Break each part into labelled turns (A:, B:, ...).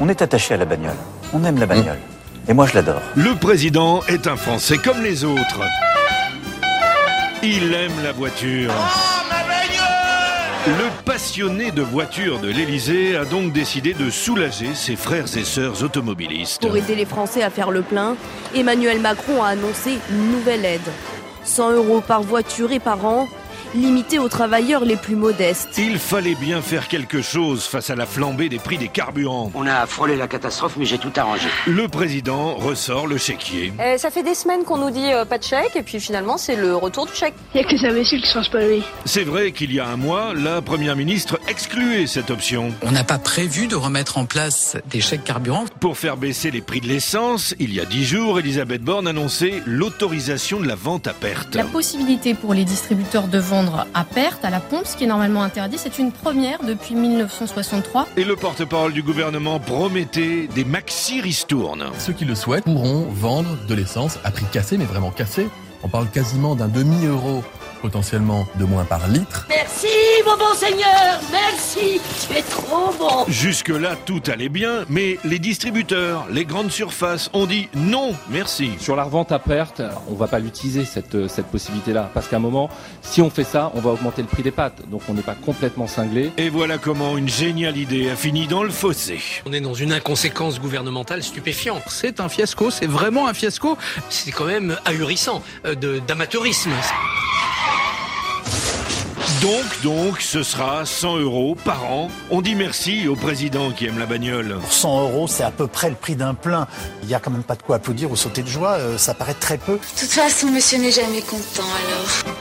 A: on est attaché à la bagnole. On aime la bagnole. Et moi, je l'adore.
B: Le président est un Français comme les autres. Il aime la voiture. Le passionné de voiture de l'Élysée a donc décidé de soulager ses frères et sœurs automobilistes.
C: Pour aider les Français à faire le plein, Emmanuel Macron a annoncé une nouvelle aide. 100 euros par voiture et par an, limitée aux travailleurs les plus modestes.
B: Il fallait bien faire quelque chose face à la flambée des prix des carburants.
D: On a frôlé la catastrophe, mais j'ai tout arrangé.
B: Le président ressort le chéquier.
E: Euh, ça fait des semaines qu'on nous dit euh, pas de chèque, et puis finalement, c'est le retour du chèque.
F: Il n'y a que des imbéciles qui changent pas lui.
B: C'est vrai qu'il y a un mois, la première ministre excluait cette option.
G: On n'a pas prévu de remettre en place des chèques carburants.
B: Pour faire baisser les prix de l'essence, il y a dix jours, Elisabeth Borne annonçait l'autorisation de la vente à perte.
H: La possibilité pour les distributeurs de vendre à perte, à la pompe, ce qui est normalement interdit, c'est une première depuis 1963.
B: Et le porte-parole du gouvernement promettait des maxi-ristournes.
I: Ceux qui le souhaitent pourront vendre de l'essence à prix cassé, mais vraiment cassé. On parle quasiment d'un demi-euro potentiellement de moins par litre.
J: Merci, mon bon Seigneur, merci, tu es trop bon.
B: Jusque-là, tout allait bien, mais les distributeurs, les grandes surfaces ont dit non, merci.
K: Sur la revente à perte, on va pas l'utiliser cette, euh, cette possibilité-là, parce qu'à un moment, si on fait ça, on va augmenter le prix des pâtes, donc on n'est pas complètement cinglé.
B: Et voilà comment une géniale idée a fini dans le fossé.
L: On est dans une inconséquence gouvernementale stupéfiante.
M: C'est un fiasco, c'est vraiment un fiasco.
L: C'est quand même ahurissant euh, de, d'amateurisme.
B: Donc, donc, ce sera 100 euros par an. On dit merci au président qui aime la bagnole.
N: Pour 100 euros, c'est à peu près le prix d'un plein. Il n'y a quand même pas de quoi applaudir ou sauter de joie, euh, ça paraît très peu.
O: De toute façon, monsieur n'est jamais content alors.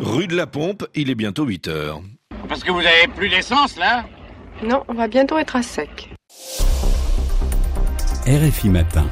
B: Rue de la Pompe, il est bientôt 8 heures.
P: Parce que vous avez plus d'essence là
Q: Non, on va bientôt être à sec.
R: RFI Matin.